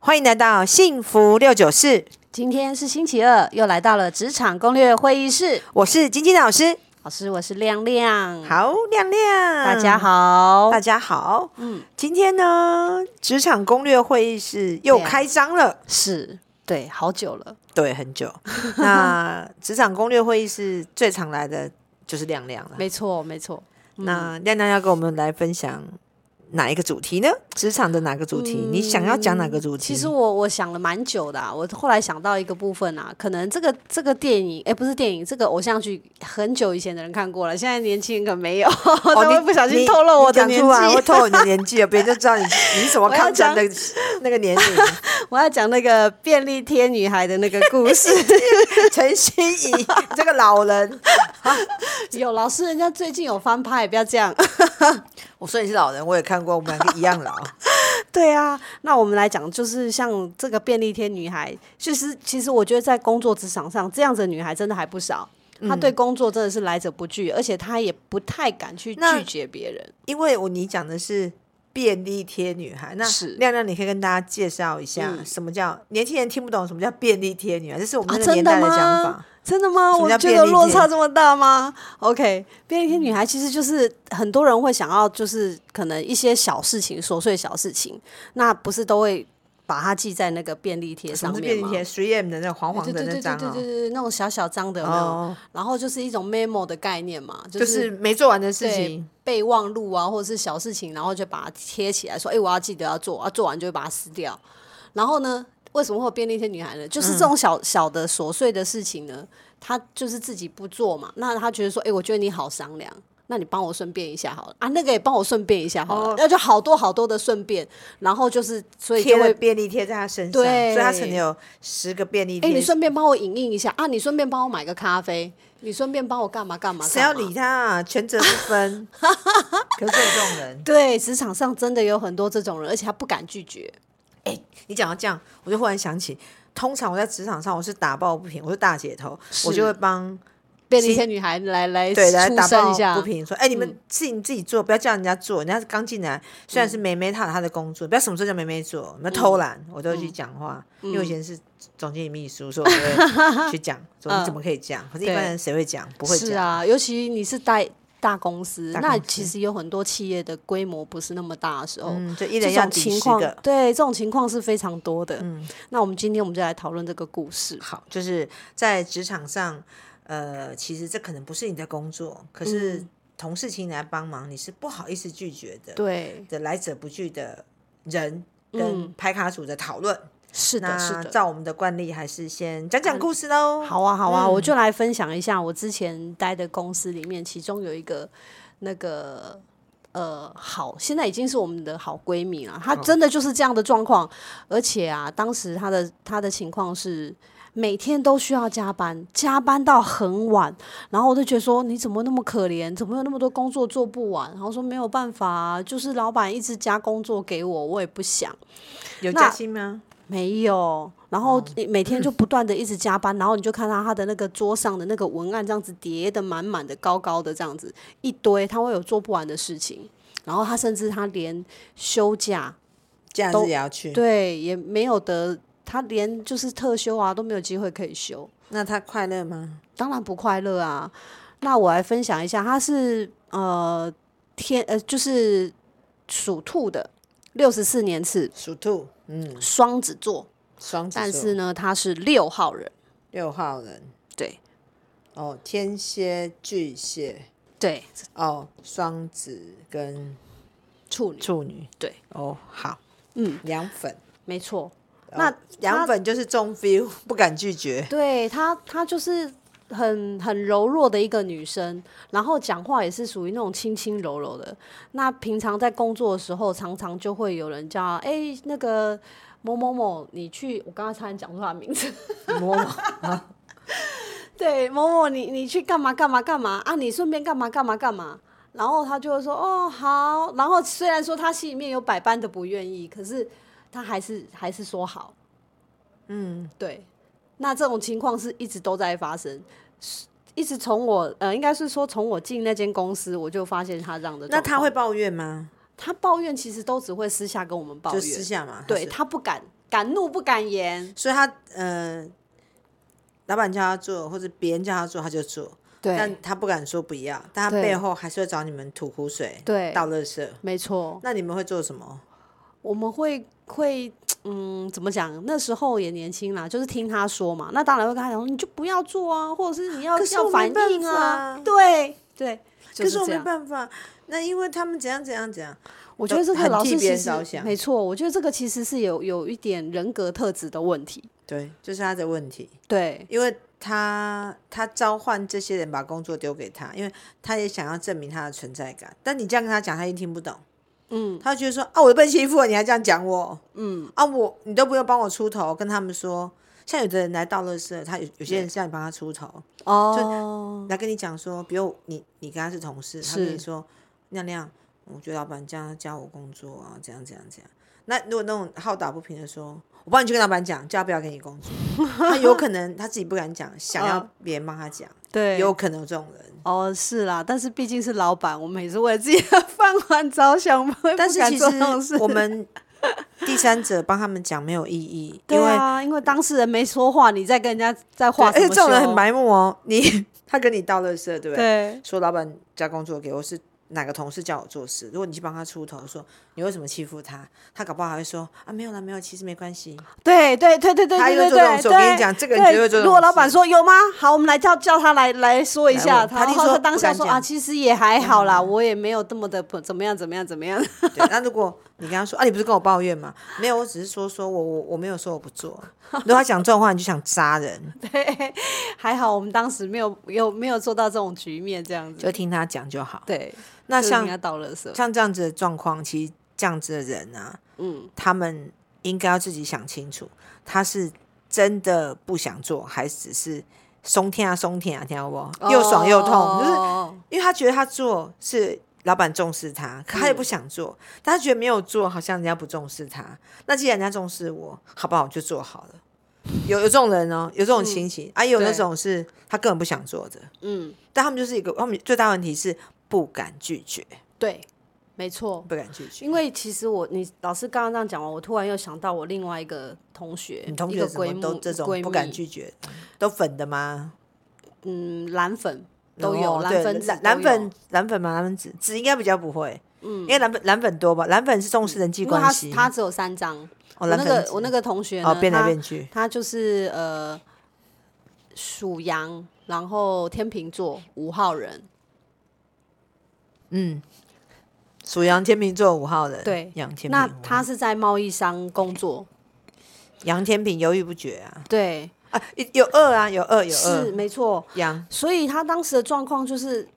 欢迎来到幸福六九四，今天是星期二，又来到了职场攻略会议室。我是晶晶老师。老师，我是亮亮。，好，亮亮，大家，好。大家好。嗯，今天呢，职场攻略会议室又对啊开张了。是对，好久了。对，很 久。那职场攻略会议室最常来的就是亮亮了。没嗯错，没错。那亮亮要跟我们来分享哪一个主题呢？职场的哪个主题？你想要讲哪个主题？嗯其实我我想了蛮久的、啊，我后来想到一个部分啊，可能这个这个电影，哎，不是电影，这个偶像剧很久以前的人看过了，现在年轻人可没有， 他哦，会你不小心你透露你我的讲年出来会纪。透露你的年纪了，别人就知道你你什么 我要抗争讲的那个年龄。 我要讲那个便利贴女孩的那个故事。陈心怡，你这个老人， 有老师，人家最近有翻拍，不要这样。我说你是老人，我也看过，我们两个一样 老。对啊，那我们来讲，就是像这个便利贴女孩，就是其实我觉得在工作职场上，这样子的女孩真的还不少。她对工作真的是来者不拒，而且她也不太敢去那拒绝别人。因为我你讲的是便利贴女孩，那是亮亮，你可以跟大家介绍一下嗯什么叫年轻人听不懂什么叫便利贴女孩，这是我们啊那个真年的代讲吗法。真的吗？什么我叫觉便得利落贴差这么大吗？OK，便利贴女孩其实就是很多人会想要，就是可能一些小事情、琐碎小事情，那不是都会把它记在那个便利贴什上么是面便利吗？贴？Three M 的那个黄黄对的对那对对张对对哦，对，那种小小张的有没有？哦，然后就是一种 memo 的概念嘛，就、就是是没做完的事对情。备忘录啊，或者是小事情，然后就把它贴起来，说：“哎、我要记得要做，啊，做完就会把它撕掉。”然后呢，为什么会有便利贴女孩呢？就是这嗯种小小的琐碎的事情呢，她就是自己不做嘛。那她觉得说：“哎、我觉得你好商量，那你帮我顺便一下好了啊，那个也帮我顺便一下好了。哦那就好多好多的顺便，然后就是所以贴就了会。哎便利贴在他身上，所对以他可能有十个便利哎、你贴。顺便帮我影印一下啊！你顺便帮我买个咖啡，你顺便帮我干嘛干嘛？谁要干嘛理他啊？权责不 分，可是这种人。对，职场上真的有很多这种人，而且他不敢拒绝。你讲到这样，我就忽然想起，通常我在职场上我是打抱不平，我是大姐头，我就会帮便利贴女孩来来对来出打声抱一下嗯不，平，说哎、你们自己、你自己做，不要叫人家做，人家刚进来，虽嗯然是妹妹，她有她的工作，不要什么事叫妹妹做，你们偷懒，我都会嗯去讲话，因为我以前是总经理秘书，所以我就会去讲， 说你怎么可以这样？可是一般嗯对人谁会讲？不会是讲。啊，尤其你是在大公司，大那公司其实有很多企业的规模不是那么大的时候，嗯，就一这人要种抵情十况个，，对这种情况是非常多的。那我们今天我们就来讨论这个故事。好，就是在职场上，呃，其实这可能不是你的工作，可是嗯同事请你来帮忙，你是不好意思拒绝的，对，的来者不拒的人跟嗯拍卡组的讨论。是的，是那的。嗯照我们的惯例，还是先讲讲故事喽。好啊，好啊，嗯我就来分享一下我之前待的公司里面，其中有一个那个呃，好，现在已经是我们的好闺蜜了。她真的就是这样的状况，而且啊，当时她的她的情况是。每天都需要加班，加班到很晚，然后我就觉得说你怎么那么可怜，怎么有那么多工作做不完？然后说没有办法啊、就是老板一直加工作给我，我也不想。有那加薪吗？没有，然哦后你每天就不断的一直加班，然后你就看到他的那个桌上的那个文案这样子叠的满满的、高高的这样子一堆，他会有做不完的事情，然后他甚至他连休假假日也要去？对也没有得，他连就是特休啊都没有机会可以休，那他快乐吗？当然不快乐啊。那我来分享一下，他是呃天呃就是属兔的，六十四年次，属兔，嗯，双子座，双子但座是呢他是六号人，六号人对。哦，天蝎、巨蟹对，哦，双子跟处女，处女，对哦，好，嗯，凉粉。没错。哦那凉粉就是中 feel，不敢拒绝。对她，她就是很很柔弱的一个女生，然后讲话也是属于那种轻轻柔柔的。那平常在工作的时候，常常就会有人叫她，哎、那个某某某，你去，我刚刚差点讲出她的名字。摸摸 对，某某，你你去干嘛干嘛干嘛啊？你顺便干嘛干嘛干嘛？然后他就会说哦好，然后虽然说他心里面有百般的不愿意，可是他还是还是说好。嗯，对。那这种情况是一直都在发生，一直从我呃，应该是说从我进那间公司，我就发现他这样的那状况。他会抱怨吗？他抱怨，其实都只会私下跟我们抱就怨，私下嘛。对还是他不敢敢怒不敢言，所以他嗯、呃老板叫他做，或者别人叫他做，他就做，对但他不敢说不要，但他对背后还是会找你们吐苦水、对，倒垃圾。没错，那你们会做什么？我们会会嗯，怎么讲？那时候也年轻啦，就是听他说嘛，那当然会跟他讲说，你就不要做啊，或者是你要可是要我没反应办啊法，对对，就可是我这没样。办法，那因为他们怎样怎样怎样，我觉得这个很老替师别其人实着想没错，我觉得这个其实是有有一点人格特质的问题。对，就是他的问题，对，因为他他召唤这些人把工作丢给他，因为他也想要证明他的存在感。但你这样跟他讲，他一定听不懂，嗯他会觉得说啊，我被欺负了，你还这样讲我嗯，啊，我你都不用帮我出头，跟他们说。像有的人来倒垃圾，他有有些人是要你帮他出头，哦，来跟你讲说，比如你你跟他是同事，他是跟你说亮亮，我觉得老板这样教我工作啊，这样这样这样。那如果那种好打不平的说，我帮你去跟老板讲，叫他不要给你工作， 他有可能他自己不敢讲，想要嗯别人帮他讲，对，也有可能有这种人。哦，是啦，但是毕竟是老板，我们也是为了自己的饭碗着想，我们会但不是敢其做那种事实。我 们第三者帮他们讲没有意义，对因为啊，因为当事人没说话，你在跟人家在对话什而么且这种人休很白目哦，你 他跟你倒垃圾，对不对？对说老板交工作给我是哪个同事叫我做事，如果你去帮他出头说你为什么欺负他，他搞不好还会说啊没有啦没有，其实没关系。对对对对对他对又对做这种对，事，我跟你对讲，这个人绝对会做这种事。如果老板说有吗？好，我们来叫叫他来来说一来下。问他然一定后说他当不下敢说讲嗯啊，其实也还好啦，我也没有这么的不怎么样怎么样怎么样。对， 那如果你跟他说啊你不是跟我抱怨吗？没有，我只是说说我我我没有说我不做。如果他讲这种话，你就想扎 人，对，还好我们当时没有有没有做到这种局面这样子。就听他讲就好。对，那就是像人家倒垃圾，像这样子的状况，其实这样子的人啊，嗯，他们应该要自己想清楚，他是真的不想做，还是只是松天啊松天啊，听到不？又爽又痛，哦就是是因为他觉得他做是老板重视他，可嗯他也不想做，但他觉得没有做好像人家不重视他。那既然人家重视我，好不好？我就做好了。有有这种人哦，有这种情形、啊，也有对那种是他根本不想做的，嗯，但他们就是一个，他们最大问题是不敢拒绝，对，没错。不敢拒绝。因为其实我你老师刚刚这样讲完，我突然又想到我另外一个同学，你同一学个怎闺么蜜，都这闺种蜜不敢拒绝的，都粉的吗？嗯，蓝粉都有，哦蓝对粉子蓝都蓝有粉蓝粉嘛，蓝粉子子应该比较不会，嗯，因为蓝粉蓝粉多吧，蓝粉是重视人际因为关他系，他只有三张，哦我蓝那粉个子我那个同学呢，哦变来他变去，他就是呃属羊，然后天秤座五号人，嗯，属羊天秤座五号人， 对杨天那平，他是在贸易商工作，杨天平犹豫不决啊，对，啊一有二啊，有二有是二，没错。羊所以他当时的状况就是，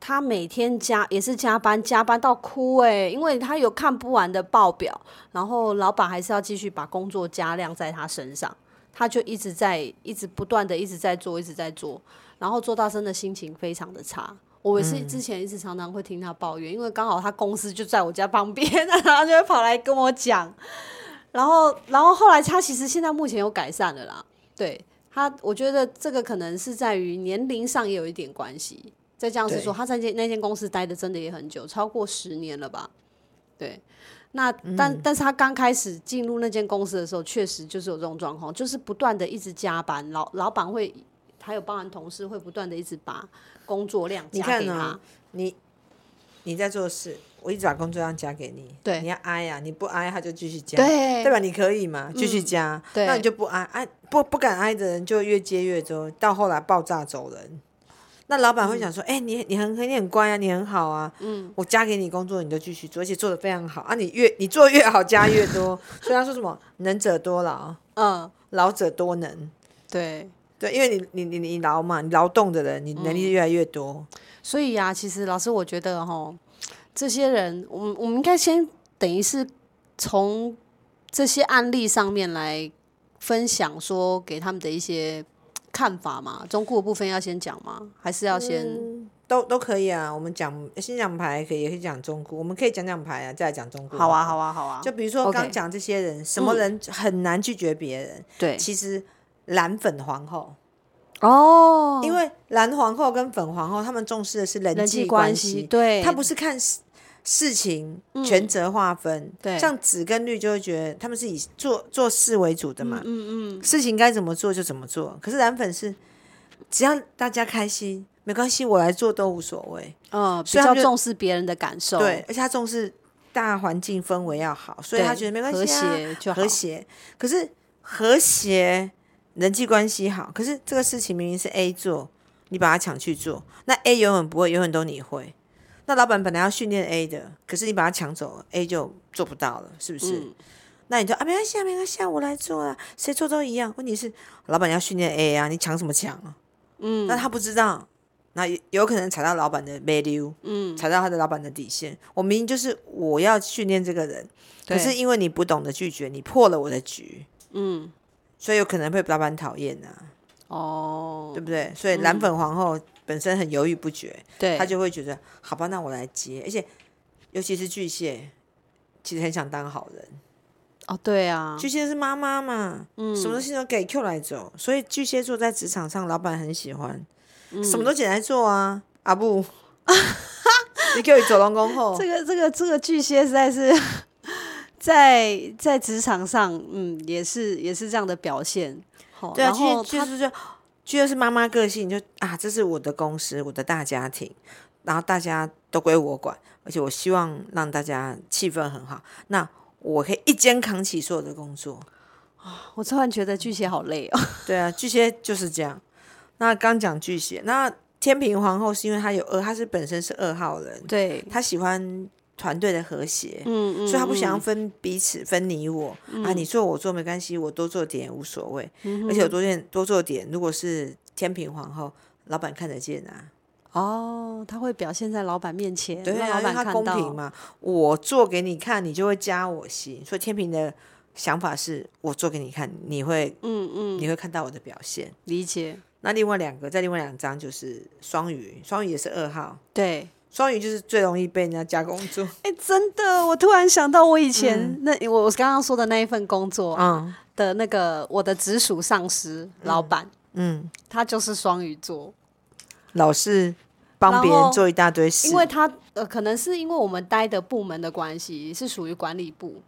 他每天加也是加班，加班到哭哎、因为他有看不完的报表，然后老板还是要继续把工作加量在他身上，他就一直在一直不断的一直在做，一直在做，然后做到真的心情非常的差。我也是之前一直常常会听他抱怨，因为刚好他公司就在我家旁边， 然后就会跑来跟我讲。然后，然后后来他其实现在目前有改善了啦，对他，我觉得这个可能是在于年龄上也有一点关系。再这样子对说，他在那那间公司待的真的也很久，超过十年了吧？对，那但、嗯但是他刚开始进入那间公司的时候，确实就是有这种状况，就是不断的一直加班，老老板会还有包含同事会不断的一直把工作量你加看给他啊。，你你在做事，我一直把工作量加给你，对你要挨啊，你不挨他就继续加，对代表你可以嘛，继续加，哎嗯对那你就不挨，挨不不敢挨的人就越接越多，到后来爆炸走人。那老板会想说：“嗯哎、你你很你很乖啊，你很好啊，嗯，我加给你工作，你就继续做，而且做的非常好啊。你越你做越好，加越 多。所以他说什么“能者多劳，嗯，劳者多能对。”，对，因为你你你你劳嘛，你劳动的人，你嗯能力越来越多。所以啊，其实老师，我觉得哈，这些人，我们我们应该先等于是从这些案例上面来分享，说给他们的一些看法嘛。中顾的部分要先讲吗？还是要先？嗯都都可以啊。我们讲先讲牌，可以也可以讲中国，我们可以讲讲牌啊，再来讲中国。好啊，好啊，好啊。就比如说 OK 嗯刚讲这些人，什么人很难拒绝别人？对其实蓝粉皇后，哦，因为蓝皇后跟粉皇后，他们重视的是人人际际关系系，对他不是看事事情权责划分，嗯对像紫跟绿就会觉得他们是以做做事为主的嘛，嗯嗯，事情该怎么做就怎么做。可是蓝粉是只要大家开心，没关系，我来做都无所谓。呃，比所以他较就重视别人的感受，对，，而且他重视大环境氛围要好，所以对他觉得没关和系、啊，谐就好和谐。可是和谐人际关系好，可是这个事情明明是 A 做，你把它抢去做，那 A 永远不会，永远都你会。那老板本来要训练 A 的，可是你把它抢走，A 就做不到了，是不是？嗯那你就啊，没关系啊，没关系啊，我来做啊，谁做都一样。问题是，老板要训练 A 啊，你抢什么抢啊？嗯，那他不知道，那有有可能踩到老板的 value，嗯，踩到他的老板的底线。我明明就是我要训练这个人，可对是因为你不懂得拒绝，你破了我的局，嗯，所以有可能被老板讨厌啊，哦嗯对，不对？所以蓝粉皇后本身很犹豫不决，对，她就会觉得好吧，那我来接。而且尤其是巨蟹，其实很想当好人。哦，对啊，巨蟹是妈妈嘛，嗯什么事情都给 Q 来走，所以巨蟹座在职场上，老板很喜欢，嗯什么都捡来做啊，阿布， 你给我走龙宫后这，个这个这个巨蟹实在是在在职场上，嗯，也是也是这样的表现。好，对啊，然巨蟹后巨他蟹座就巨蟹是妈妈个性，就啊，这是我的公司，我的大家庭，然后大家都归我管，而且我希望让大家气氛很好，那我可以一肩扛起所有的工作，我突然觉得巨蟹好累哦。对啊，巨蟹就是这样。那刚讲巨蟹，那天平皇后是因为她有二，她是本身是二号人， 对，他喜欢团队的和谐，嗯嗯，所以他不想要嗯分彼此、分你我、啊，你做我做没关系，我多做点无所谓，嗯而且我多点多做点，如果是天平皇后，老板看得见啊，哦，他会表现在老板面前，对让啊，老因为板他看公到。平嘛，我做给你看，你就会加我薪，所以天平的想法是我做给你看，你会嗯嗯，你会看到我的表现。理解。那另外两个，在另外两张就是双鱼，双鱼也是二号，对，双鱼就是最容易被人家加工作，哎，真的，我突然想到我以前、那我我刚刚说的那一份工作嗯的那个我的直属上司、老板，嗯，他就是双鱼座。老是帮别然人后做一大堆事，因为他呃，可能是因为我们待的部门的关系，是属于管理部，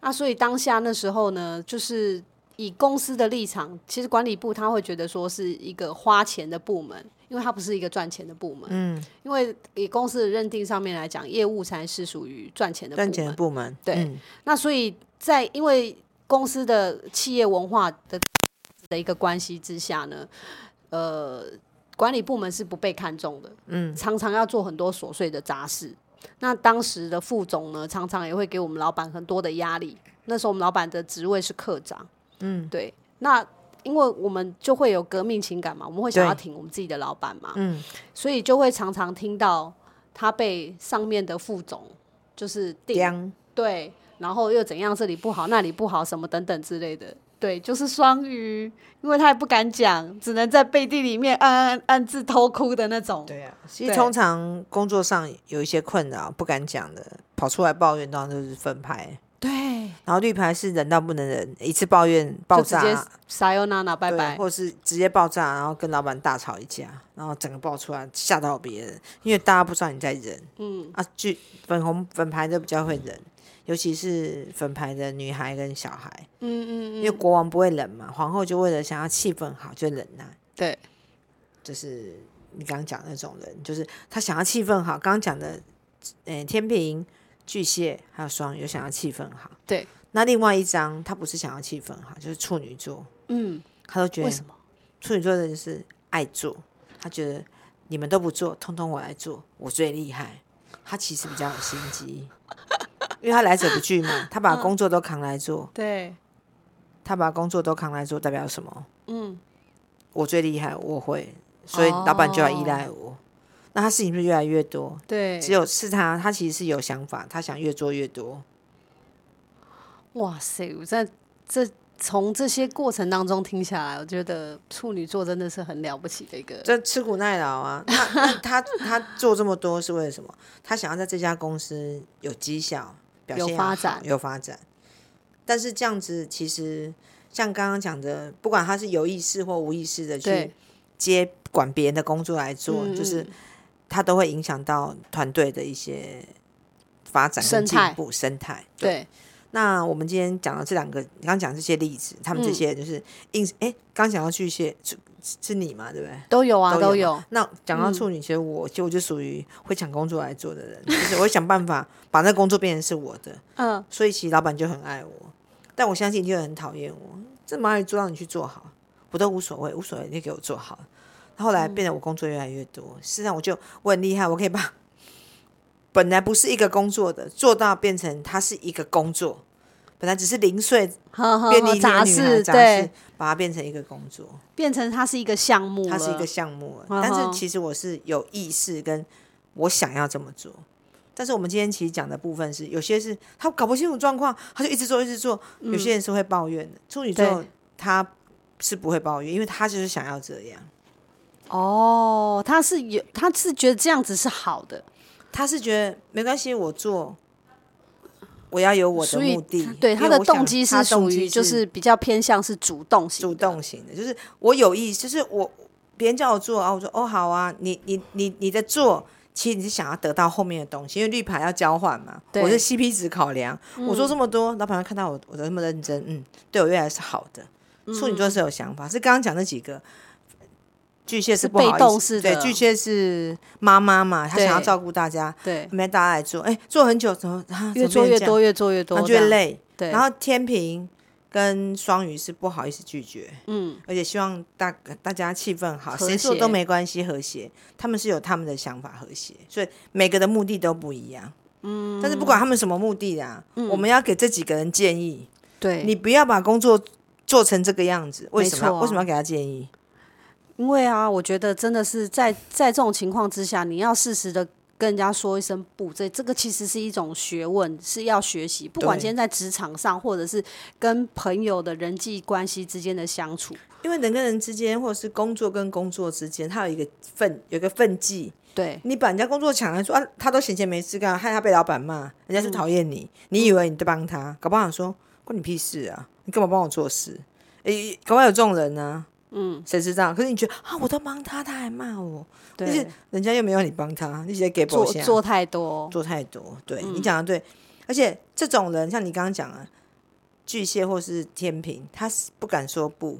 那所以当下那时候呢，就是以公司的立场，其实管理部他会觉得说是一个花钱的部门，因为它不是一个赚钱的部门，嗯，因为以公司的认定上面来讲，业务才是属于赚钱的部赚门，钱的部门，对嗯那所以在因为公司的企业文化的的一个关系之下呢，呃，管理部门是不被看重的，嗯，常常要做很多琐碎的杂事。那当时的副总呢，常常也会给我们老板很多的压力。那时候我们老板的职位是科长，嗯，对。那因为我们就会有革命情感嘛，我们会想要对挺我们自己的老板嘛，嗯，所以就会常常听到他被上面的副总就是定两对，然后又怎样，这里不好，那里不好，什么等等之类的。对，就是双鱼，因为他也不敢讲，只能在背地里面暗暗暗自偷哭的那种。对啊，其实对通常工作上有一些困扰不敢讲的，跑出来抱怨，当然都是分牌。对，然后绿牌是人到不能忍，一次抱怨爆就直炸，接撒由那那拜对拜。或者是直接爆炸，然后跟老板大吵一架，然后整个爆出来吓到别人，因为大家不知道你在忍。嗯啊，就粉红粉牌的比较会忍，尤其是粉牌的女孩跟小孩，嗯因嗯为嗯，国王不会忍嘛，皇后就为了想要气氛好就忍耐。对，就是你刚刚讲那种人，就是他想要气氛好。刚刚讲的，呃，天平、巨蟹还有双鱼想要气氛好。对，那另外一张他不是想要气氛好，就是处女座，嗯，他都觉为得什么？处女座的人是爱做，他觉得你们都不做，通通我来做，我最厉害。他其实比较有心机， 因为他来者不拒嘛，他把工作都扛来做，对，他把工作都扛来做，代表什么？嗯，我最厉害，我会，所以老板就要依赖我。那他事情是越来越多，对，只有是他，他其实是有想法，他想越做越多。哇塞，我在这从这些过程当中听下来，我觉得处女座真的是很了不起的一个。这吃苦耐劳 啊，那那他他做这么多是为了什么？他想要在这家公司有绩效，表现有要发好展有发展。但是这样子其实像刚刚讲的，不管他是有意识或无意识的去对，接管别人的工作来做，嗯就是嗯他都会影响到团队的一些发展跟生进态步生态。对，对，那我们今天讲的这两个，你刚讲这些例子，他们这嗯些就是硬哎，刚讲到巨蟹是是是你嘛，对不对？都有啊，都都有有。那讲嗯到处女，其实我就我就属于会抢工作来做的人，就是我会想办法把那工作变成是我的，嗯，所以其实老板就很爱我，但我相信一定有人很讨厌我，这蚂蚁做让你去做好，我都无所谓，无所谓，你就给我做好。后嗯来变得我工作越来越多，事实上我就我很厉害，我可以把本来不是一个工作的做到变成它是一个工作，本来只是零碎呵呵便利呵，贴女孩哦杂事杂事对，，把它变成一个工作。变成它是一个项目了，它是一个项目了，嗯但哼是其实我是有意识跟我想要这么做。但是我们今天其实讲的部分是，有些是他搞不清楚状况，他就一直做一直做。有些人是会抱怨的，处女座嗯对他是不会抱怨，因为他就是想要这样，哦，他是有，他是觉得这样子是好的，他是觉得没关系，我做我要有我的所以目的。对因他为的我想动机他是动属机于就是比较偏向是主动型的，主动型的，就是我有意，就是我别人叫我做啊，我说哦好啊，你你你你在做，其实你是想要得到后面的东西，因为绿牌要交换嘛，对嗯我是 CP 值考量，我做这么多，老板会看到我我都那么认真，嗯，对我越来越是好的。嗯处女座是有想法，是刚刚讲那几个。巨蟹是不好意思被动式的对，巨蟹是妈妈嘛，她对想要照顾大家，对，没大家来做，哎，做很久，怎么啊越怎做么变越这样多，越做越多，然后就会这样，累，对，然后天平跟双鱼是不好意思拒绝，嗯，而且希望大大家气氛好，和谁做谐都没关系，和谐。他们是有他们的想法和谐，所以每个的目的都不一样。嗯，但是不管他们什么目的啊，我们要给这几个人建议，嗯对，你不要把工作做成这个样子。为什么没要？错啊为什么要给他建议？因为啊，我觉得真的是在在这种情况之下，你要适时的跟人家说一声不，这这个其实是一种学问，是要学习。不管对今天在职场上，或者是跟朋友的人际关系之间的相处，因为人跟人之间，或者是工作跟工作之间，它有一个分，有一个分际。对，你把人家工作抢来说啊，他都闲闲没事干，害他被老板骂，人嗯家是不是讨厌你，你以为你在帮他，搞不好想说关你屁事啊，你干嘛帮我做事？诶、搞不好有这种人呢、嗯，谁知道？可是你觉得啊，我都帮他，他还骂我，但是对，人家又没有你帮他，你直接给做我下做嗯太多，做太多，对、你讲的对，而且这种人像你刚刚讲啊，巨蟹或是天平，他是不敢说不，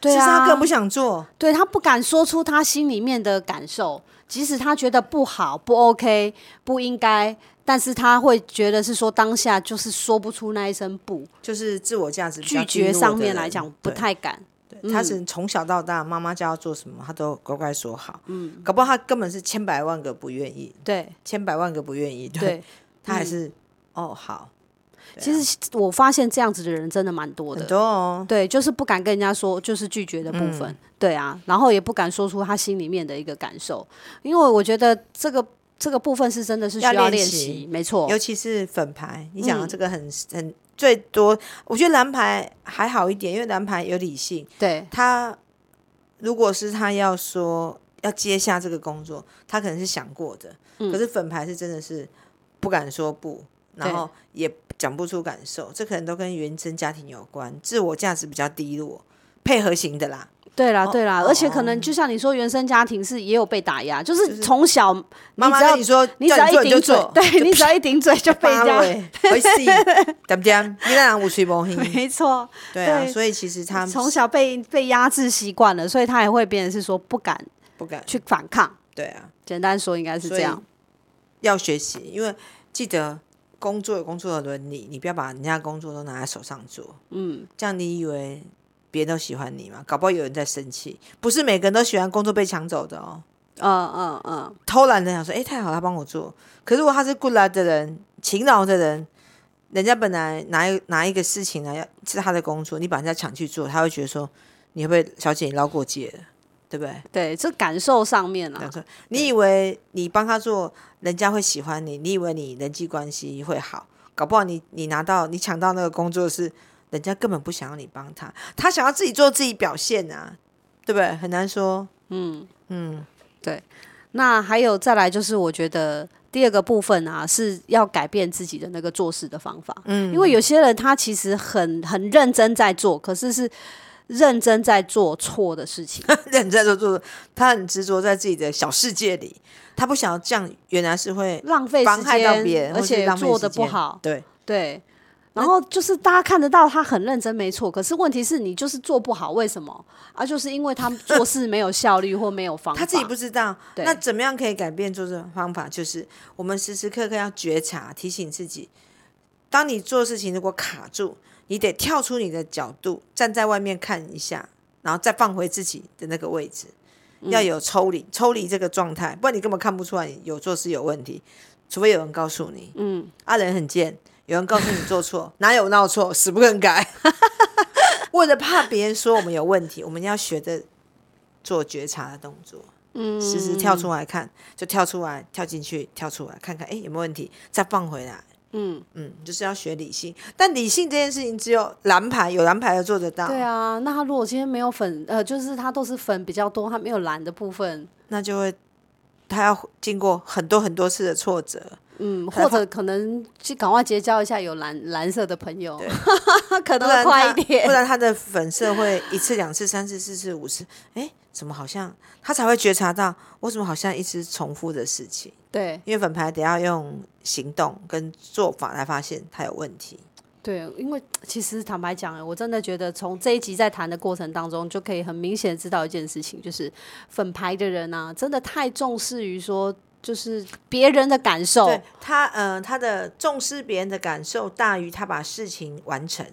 对其实他啊，根本不想做，对他不敢说出他心里面的感受，即使他觉得不好、不 OK、不应该，但是他会觉得是说当下就是说不出那一声不，就是自我价值比较拒低落绝的上面人来讲不对太敢。对，他是从小到大，妈妈叫他做什么，他都乖乖说好。嗯，搞不好他根本是千百万个不愿意，对千百万个不愿 意。对，对，他还是、哦好，其实我发现这样子的人真的蛮多很的，多嗯哦。对，就是不敢跟人家说，就是拒绝的部分，对啊，然后也不敢说出他心里面的一个感受，因为我觉得这个这个部分是真的是需要要练练习习，没错，尤其是粉牌，你讲的嗯这个很、很最多，我觉得蓝牌还好一点，因为蓝牌有理性。对他如果是他要说要接下这个工作，他可能是想过的，嗯可是粉牌是真的是不敢说不，然后也讲不出感受，这可能都跟原生家庭有关，自我价值比较低落，配合型的啦，对啦哦对啦，哦而且可能就像你说，原生家庭是也有被打压，就是从小妈妈只要跟你说，你只叫要你做你就一顶嘴做，，对你只要一顶嘴就被人家 家， 回事，对不对？你那人有吹毛 黑，没错，对啊，对所以其实他从小被被压制习惯了，所以他也会变成是说不敢不敢，去反抗。对啊，简单说应该是所这以样，要学习，因为记得工作有工作的伦理，你不要把人家的工作都拿在手上做。嗯，这样你以为别人都喜欢你吗？搞不好有人在生气，不是每个人都喜欢工作被抢走的哦。嗯嗯嗯，偷懒的想说，哎、太好了，他帮我做。可是如果他是 good luck 的人，勤劳的人，人家本来拿一拿一个事情来要是他的工作，你把人家抢去做，他会觉得说，你会不会小姐你捞过界了，对不对？对，这感受上面两啊，个，你以为你帮他做，人家会喜欢你，你以为你人际关系会好，搞不好你你拿到你抢到那个工作是，人家根本不想要你帮他，他想要自己做自己表现啊，对不对？很难说。 那还有再来就是，我觉得第二个部分啊，是要改变自己的那个做事的方法。嗯，因为有些人他其实很很认真在做，可是是认真在做错的事 情。认真做做，他很执着在自己的小世界里，他不想要这样，原来是会浪费时妨害到别间，人，而或是且浪费做时的不间好，对，对。然后就是大家看得到他很认真，没错。可是问题是你就是做不好，为什么？啊，就是因为他做事没有效率或没有方法。他自己不知道。对那怎么样可以改变做这种方法？就是我们时时刻刻要觉察，提醒自己，当你做事情如果卡住，你得跳出你的角度，站在外面看一下，然后再放回自己的那个位置，嗯要有抽离，抽离这个状态，不然你根本看不出来你有做事有问题，除非有人告诉你。嗯，啊，人很贱，有人告诉你做错， 哪有闹错，死不肯 改。为了怕别人说我们有问题，我们要学着做觉察的动作，嗯，时时跳出来看，就跳出来，跳进去，跳出来看看，哎、有没有问题，再放回来。嗯，嗯，就是要学理性，但理性这件事情只有蓝牌有蓝牌的做得到，对啊。那他如果今天没有粉，呃，就是他都是粉比较多，他没有蓝的部分，那就会他要经过很多很多次的挫折，嗯，还或者可能去赶快结交一下有蓝蓝色的朋友， 可不能会然快他一点不。然他的粉色会一次、两次、三次、四次、五次，哎，怎么好像他才会觉察到我怎么好像一直重复的事情？ 对因为粉牌得要用行动跟做法来发现他有问题。对，因为其实坦白讲，我真的觉得从这一集在谈的过程当中，就可以很明显地知道一件事情，就是粉牌的人啊，真的太重视于说就是别人的感受。对他，呃，他的重视别人的感受大于他把事情完成。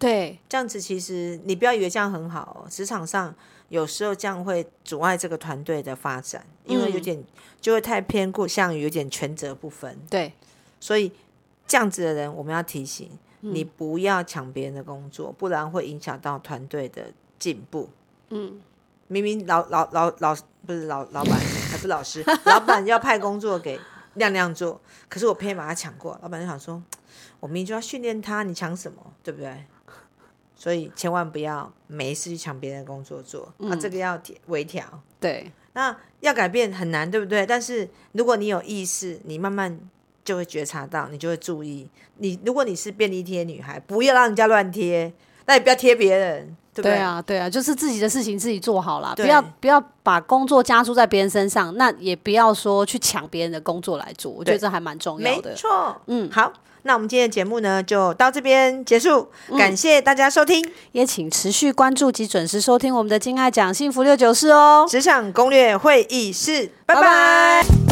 对这样子其实你不要以为这样很好、哦，职场上有时候这样会阻碍这个团队的发展，因为有嗯点、就会太偏过，向于有点权责不分。对所以这样子的人，我们要提醒你不要抢别人的工作，不然会影响到团队的进步。嗯，明明老老老老不是老老板，还不是老师， 老板要派工作给亮亮做，可是我偏把他抢过，老板就想说，我明明就要训练他，你抢什么，对不对？所以千万不要没事去抢别人的工作做，啊，这个要微调。对，那要改变很难，对不对？但是如果你有意识，你慢慢就会觉察到，你就会注意。你如果你是便利贴女孩，不要让人家乱贴，那也不要贴别人，对不对啊，对啊，就是自己的事情自己做好啦，不对要不要把工作加注在别人身上，那也不要说去抢别人的工作来做，我觉对得这还蛮重要没的。错，嗯，好，那我们今天的节目呢就到这边结束，嗯感谢大家收听《也请持续关注及准时收听我们的《金爱讲幸福六九四》哦。职场攻略会议室》，拜拜拜拜